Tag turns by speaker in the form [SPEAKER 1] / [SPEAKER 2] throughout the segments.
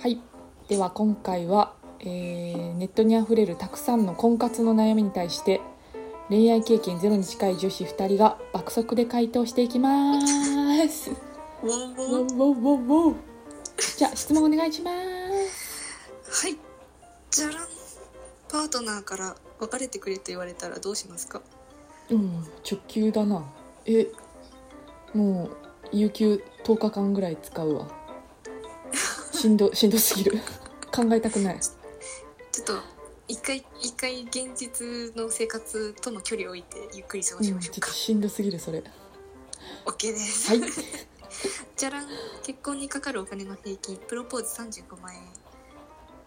[SPEAKER 1] はいでは今回は、えーネットにあふれるたくさんの婚活の悩みに対して恋愛経験ゼロに近い女子2人が爆速で回答していきます
[SPEAKER 2] わん
[SPEAKER 1] ウォウウ
[SPEAKER 2] わん
[SPEAKER 1] ォウウォウウォウじゃあ質問お願いします
[SPEAKER 2] はいじゃらんパートナーから別れてくれと言われたらどうしますか
[SPEAKER 1] うん直球だなえもう有給10日間ぐらい使うわ しんどしんどすぎる考えたくない
[SPEAKER 2] ちょっと一回一回現実の生活との距離を置いてゆっくり過ごし
[SPEAKER 1] うん
[SPEAKER 2] まし
[SPEAKER 1] ち
[SPEAKER 2] ょ
[SPEAKER 1] ょ
[SPEAKER 2] う
[SPEAKER 1] っ
[SPEAKER 2] か
[SPEAKER 1] と、しんどすぎるそれは
[SPEAKER 2] OK です、
[SPEAKER 1] い
[SPEAKER 2] じゃらん結婚にかかるお金の平均プロポーズ35万円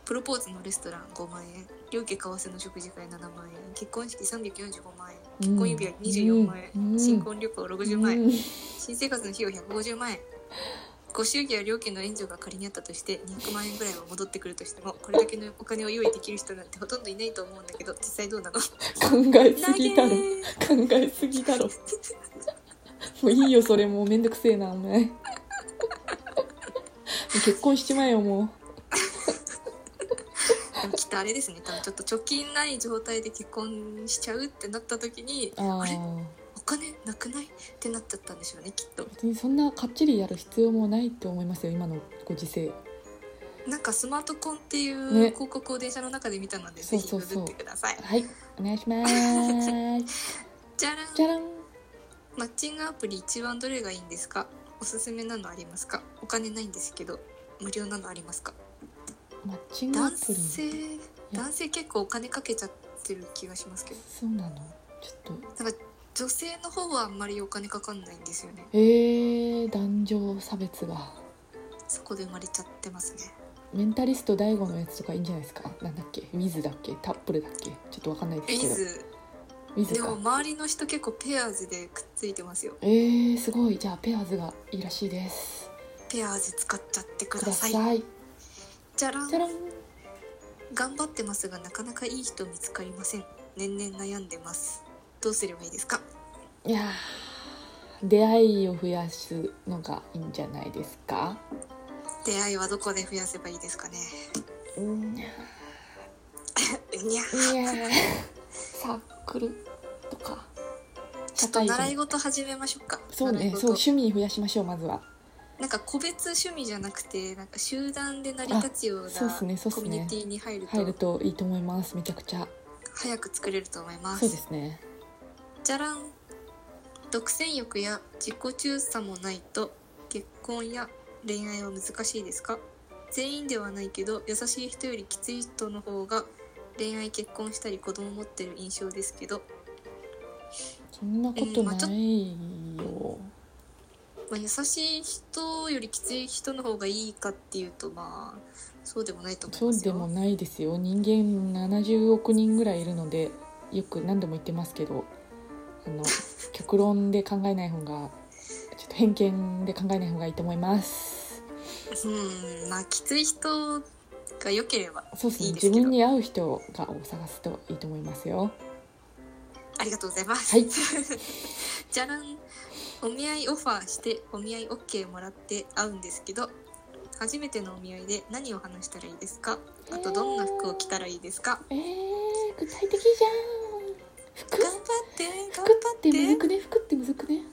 [SPEAKER 2] プロポーズのレストラン5万円両家為替の食事会7万円結婚式345万円結婚指輪24万円、
[SPEAKER 1] うん
[SPEAKER 2] 新婚旅行60万円、
[SPEAKER 1] うん
[SPEAKER 2] 新生活の費用150万円ご祝儀や料金の援助が仮にあったとして200万円ぐらいは戻ってくるとしてもこれだけのお金を用意できる人なんてほとんどいないと思うんだけど実際どうなの
[SPEAKER 1] 考えす
[SPEAKER 2] 投げ
[SPEAKER 1] ぎだろ考
[SPEAKER 2] ー
[SPEAKER 1] えすぎだろもういいよそれもうめんどくせえなお前もう結婚しちまえよも
[SPEAKER 2] でもきっとあれですね多分ちょっと貯金ない状態で結婚しちゃうってなった時に
[SPEAKER 1] うあ
[SPEAKER 2] あれ
[SPEAKER 1] あ
[SPEAKER 2] お金なくないってなっちゃったんでしょうねきっと
[SPEAKER 1] 別にそんなかっちりやる必要もないって思いますよ今のご時世
[SPEAKER 2] なんかスマートコンっていう
[SPEAKER 1] ね
[SPEAKER 2] 広告を電車の中で見たので、
[SPEAKER 1] そ
[SPEAKER 2] ぜ
[SPEAKER 1] う
[SPEAKER 2] ひ
[SPEAKER 1] そ
[SPEAKER 2] グ
[SPEAKER 1] うそう
[SPEAKER 2] グってください
[SPEAKER 1] はいお願いします
[SPEAKER 2] じゃらん
[SPEAKER 1] じゃらん
[SPEAKER 2] マッチングアプリ一番どれがいいんですかおすすめなのありますかお金ないんですけど無料なのありますか
[SPEAKER 1] マッチングア
[SPEAKER 2] 男
[SPEAKER 1] プリ
[SPEAKER 2] 性男性結構お金かけちゃってる気がしますけど
[SPEAKER 1] そうなのちょっと
[SPEAKER 2] 女性の方はあんまりお金かかんないんですよね
[SPEAKER 1] えー、男女差別が
[SPEAKER 2] そこで生まれちゃってますね
[SPEAKER 1] メンタリスト DAIGO のやつとかいいんじゃないですかなんだっけウィズだっけタップルだっけちょっとわかんないで
[SPEAKER 2] ビ
[SPEAKER 1] すけど
[SPEAKER 2] ーズ
[SPEAKER 1] ウィズ
[SPEAKER 2] で
[SPEAKER 1] か
[SPEAKER 2] も周りの人結構ペアーズでくっついてますよ
[SPEAKER 1] えー、すごいじゃあペアーズがいいらしいです
[SPEAKER 2] ペアーズ使っちゃってく
[SPEAKER 1] く
[SPEAKER 2] だ
[SPEAKER 1] だ
[SPEAKER 2] さ
[SPEAKER 1] さ
[SPEAKER 2] い
[SPEAKER 1] い
[SPEAKER 2] じゃらん
[SPEAKER 1] じゃらん
[SPEAKER 2] 頑張ってますがなかなかいい人見つかりません年々悩んでますどうすればいいですか
[SPEAKER 1] いやー出会いを増やすのがいいんじゃないですか
[SPEAKER 2] 出会いはどこで増やせばいいですかね
[SPEAKER 1] うんいう
[SPEAKER 2] にゃ
[SPEAKER 1] やー サークルとか
[SPEAKER 2] ちょっと習い事始めましょうか。
[SPEAKER 1] そうね
[SPEAKER 2] 習い
[SPEAKER 1] そう
[SPEAKER 2] 事
[SPEAKER 1] 趣味増やしましょうまずは
[SPEAKER 2] なんか個別趣味じゃなくて、なんか集団で成り立つような
[SPEAKER 1] あそうっすねそうっ
[SPEAKER 2] コ
[SPEAKER 1] すね
[SPEAKER 2] ミュニティに入る
[SPEAKER 1] 入る
[SPEAKER 2] と
[SPEAKER 1] といいと思いますめちゃくちゃ
[SPEAKER 2] 早く作れると思いま。
[SPEAKER 1] そうですすね
[SPEAKER 2] じゃらん。独占欲や自己中さもないと結婚や恋愛は難しいですか？全員ではないけど優しい人よりきつい人の方が恋愛結婚したり子供持ってる印象ですけど、
[SPEAKER 1] そんなことないよ
[SPEAKER 2] まあ、優しい人よりきつい人の方がいいかっていうとまあそうでもないと思い
[SPEAKER 1] そ
[SPEAKER 2] ますよ。
[SPEAKER 1] うでもないですよ人間70億人ぐらいいるのでよく何度も言ってますけどあ の極論で考えない方がちょっと偏見で考えない方がいいと思います
[SPEAKER 2] うんまあきつい人が良ければ
[SPEAKER 1] そうですね
[SPEAKER 2] いいですけ
[SPEAKER 1] 自
[SPEAKER 2] ど
[SPEAKER 1] 分に合う人がを探すといいと思いますよ
[SPEAKER 2] ありがとうございます、
[SPEAKER 1] はい
[SPEAKER 2] じゃらんお見合いオファーしてお見合い OK もらって会うんですけど初めてのお見合いで何を話したらいいですかあとどんな服を着たらいいですか
[SPEAKER 1] えー、具体的じゃん服
[SPEAKER 2] 頑張って頑
[SPEAKER 1] 服ってむ
[SPEAKER 2] 張
[SPEAKER 1] ず
[SPEAKER 2] って
[SPEAKER 1] くね服ってむずくね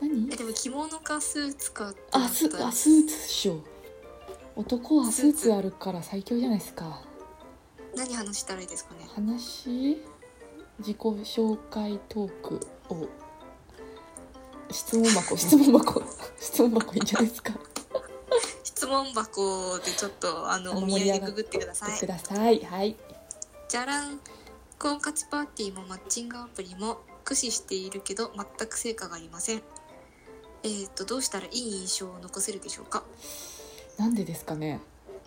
[SPEAKER 1] 何
[SPEAKER 2] えでも着物かスーツかってな
[SPEAKER 1] あ
[SPEAKER 2] った
[SPEAKER 1] ス
[SPEAKER 2] ら
[SPEAKER 1] あスーツっしょ男はスーツあるから最強じゃないですか
[SPEAKER 2] 何話したらいいですかね
[SPEAKER 1] 話自己紹介トークを質問 箱質問箱質問箱いいんじゃないですか
[SPEAKER 2] 質問箱でちょっとあ
[SPEAKER 1] あ
[SPEAKER 2] の
[SPEAKER 1] の
[SPEAKER 2] お見合い
[SPEAKER 1] 盛り上
[SPEAKER 2] で
[SPEAKER 1] がっ
[SPEAKER 2] ググってください
[SPEAKER 1] くださいはい
[SPEAKER 2] じゃらん婚活パーティーもマッチングアプリも駆使しているけど全く成果がありませんえー、とどうしたらいい印象を残せるでしょうか
[SPEAKER 1] なんでですかね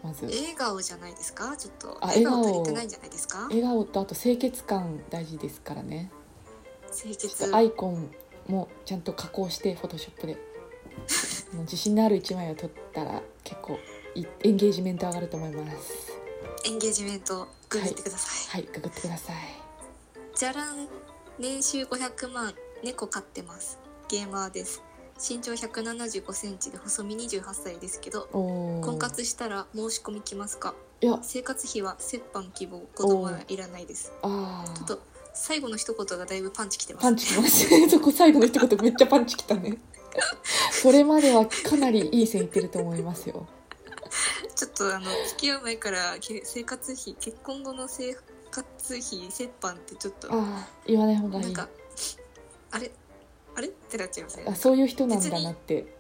[SPEAKER 1] まず
[SPEAKER 2] 笑顔じゃないですかちょっと
[SPEAKER 1] あ
[SPEAKER 2] 笑顔
[SPEAKER 1] 笑
[SPEAKER 2] 足
[SPEAKER 1] 顔
[SPEAKER 2] りてないんじゃないですか
[SPEAKER 1] 笑顔とあと清潔感大事ですからね
[SPEAKER 2] 清
[SPEAKER 1] ちょっ
[SPEAKER 2] 潔
[SPEAKER 1] とアイコンもちゃんと加工してフォトショッ プであの自信のある一枚を撮ったら結構いエンゲージメント上がると思います
[SPEAKER 2] エンゲージメントググってください、
[SPEAKER 1] はいググってください
[SPEAKER 2] じゃらん年収500万猫飼ってますゲーマーです身長175センチで細身28歳ですけど
[SPEAKER 1] おー
[SPEAKER 2] 婚活したら申し込み来ますか
[SPEAKER 1] いや
[SPEAKER 2] 生活費は折半希望子供はいらないです
[SPEAKER 1] あ
[SPEAKER 2] ちょっ
[SPEAKER 1] あ
[SPEAKER 2] と最後の一言がだいぶパンチきてます
[SPEAKER 1] パンチきます そこ最後の一言めっちゃパンチきたねそれまではかなりいい線いってると思いますよ
[SPEAKER 2] ちょっとあの付き合う前からけ生活費結婚後の生活費折半ってちょっと
[SPEAKER 1] ああ言わない方がい
[SPEAKER 2] なん
[SPEAKER 1] い
[SPEAKER 2] かあれあれってなっちゃいますね
[SPEAKER 1] あそういう人なんだなって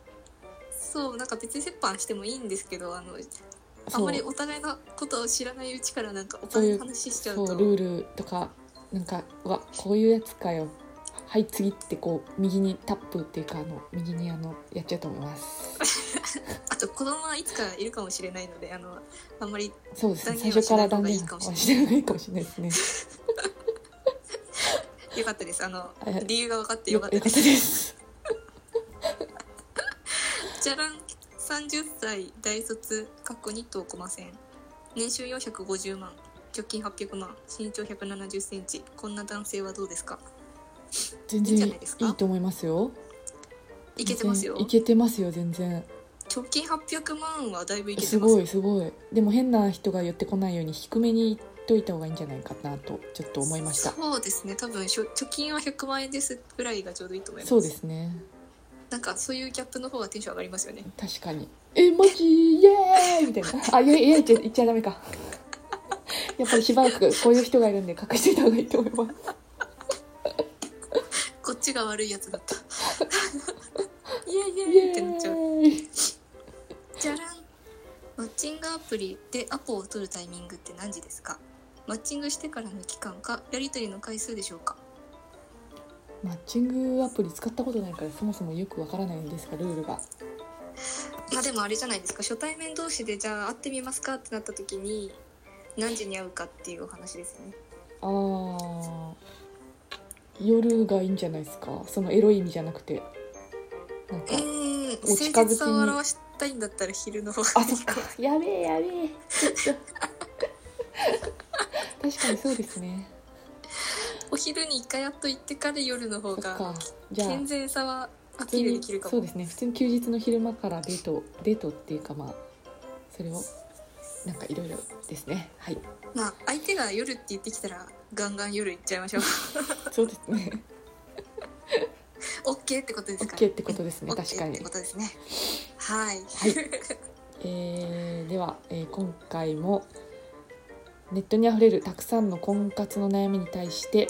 [SPEAKER 2] そうなんか別に折半してもいいんですけどあのあん
[SPEAKER 1] そ
[SPEAKER 2] ま
[SPEAKER 1] う
[SPEAKER 2] りお互いのことを知らないうちからなんかお
[SPEAKER 1] そうい
[SPEAKER 2] 金
[SPEAKER 1] う
[SPEAKER 2] の話しちゃう
[SPEAKER 1] そ
[SPEAKER 2] と
[SPEAKER 1] うルールとかなんかうわこういうやつかよはい次ってこう右にタップっていうかあの右にあのやっちゃうと思い ます
[SPEAKER 2] あと子供はいつかいるかもしれないのであのあんまり
[SPEAKER 1] そうですね最
[SPEAKER 2] 断言は
[SPEAKER 1] 初から断言は
[SPEAKER 2] しない方がいいかも
[SPEAKER 1] しない方がいいかもしれないですね
[SPEAKER 2] よかったですあの
[SPEAKER 1] あよ
[SPEAKER 2] 理由が分かって
[SPEAKER 1] よ
[SPEAKER 2] よ
[SPEAKER 1] か
[SPEAKER 2] か
[SPEAKER 1] っ
[SPEAKER 2] ったた
[SPEAKER 1] で
[SPEAKER 2] です
[SPEAKER 1] す
[SPEAKER 2] じゃらん30歳大卒過去2等コマ線年収450万貯金800万身長1 7 0センチこんな男性はどうですか
[SPEAKER 1] 全
[SPEAKER 2] いいん
[SPEAKER 1] 然
[SPEAKER 2] じゃ
[SPEAKER 1] い
[SPEAKER 2] ないですか
[SPEAKER 1] いと思いますよ
[SPEAKER 2] いけてますよ
[SPEAKER 1] 全然いけてますよ全然
[SPEAKER 2] 貯金800万はだいぶいけて
[SPEAKER 1] す
[SPEAKER 2] ます
[SPEAKER 1] ごいすごいでも変な人が寄ってこないように低めに言っといた方がいいんじゃないかなとちょっと思いました
[SPEAKER 2] そうですね多分しょ貯金は100万円ですぐらいがちょうどいいと思います
[SPEAKER 1] そうですね
[SPEAKER 2] なんかそういうギャップの方がテンション上がりますよね
[SPEAKER 1] 確かにえマジイエーイみたいなあいやいや言っちゃ言っちゃダメか やっぱりしばらくこういう人がいるんで隠していた方がいいと思い ます
[SPEAKER 2] こっちが悪いやつだった イエイイ
[SPEAKER 1] イ
[SPEAKER 2] エイ
[SPEAKER 1] エ
[SPEAKER 2] ってなっちゃう
[SPEAKER 1] ーイ
[SPEAKER 2] じゃらんマッチングアプリでアポを取るタイミングって何時ですかマッチングしてからの期間かやり取りの回数でしょうか
[SPEAKER 1] マッチングアプリ使ったことないからそもそもよくわからないんですがルールが
[SPEAKER 2] まあでもあれじゃないですか初対面同士でじゃあ会ってみますかってなった時に何時に会うかっていうお話ですよね
[SPEAKER 1] あー夜がいいんじゃないですかそのエロい意味じゃなくてなんか
[SPEAKER 2] うん誠
[SPEAKER 1] お近づきに
[SPEAKER 2] 実さを表したいんだったら昼の方が
[SPEAKER 1] あ
[SPEAKER 2] い
[SPEAKER 1] そ
[SPEAKER 2] い
[SPEAKER 1] っ かやべえやべえちょっと 確かにそうですね
[SPEAKER 2] お昼に一回やっと行ってから夜の方
[SPEAKER 1] そっか
[SPEAKER 2] が
[SPEAKER 1] じゃあ
[SPEAKER 2] 健全さはア
[SPEAKER 1] 普通
[SPEAKER 2] ピールで
[SPEAKER 1] に
[SPEAKER 2] きるか
[SPEAKER 1] そう
[SPEAKER 2] も
[SPEAKER 1] ですね普通に休日の昼間からデートデートっていうかまあそれをなんかいろいろですねはい
[SPEAKER 2] まあ相手が夜って言ってきたらガンガン夜行っちゃいま しょう
[SPEAKER 1] そうですね
[SPEAKER 2] OK ってことですか
[SPEAKER 1] OK ってことですね
[SPEAKER 2] オッケー
[SPEAKER 1] 確か
[SPEAKER 2] っ
[SPEAKER 1] に
[SPEAKER 2] て、ことですね。はい。
[SPEAKER 1] えーでは、えー今回もネットにあふれるたくさんの婚活の悩みに対して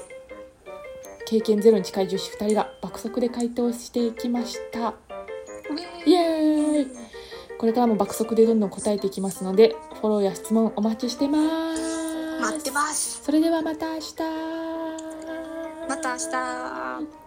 [SPEAKER 1] 経験ゼロに近い女子2人が爆速で回答していきましたイエーイこれからも爆速でどんどん答えていきますのでフォローや質問お待ちしてます
[SPEAKER 2] 待ってます。
[SPEAKER 1] それではまた明日
[SPEAKER 2] また明日。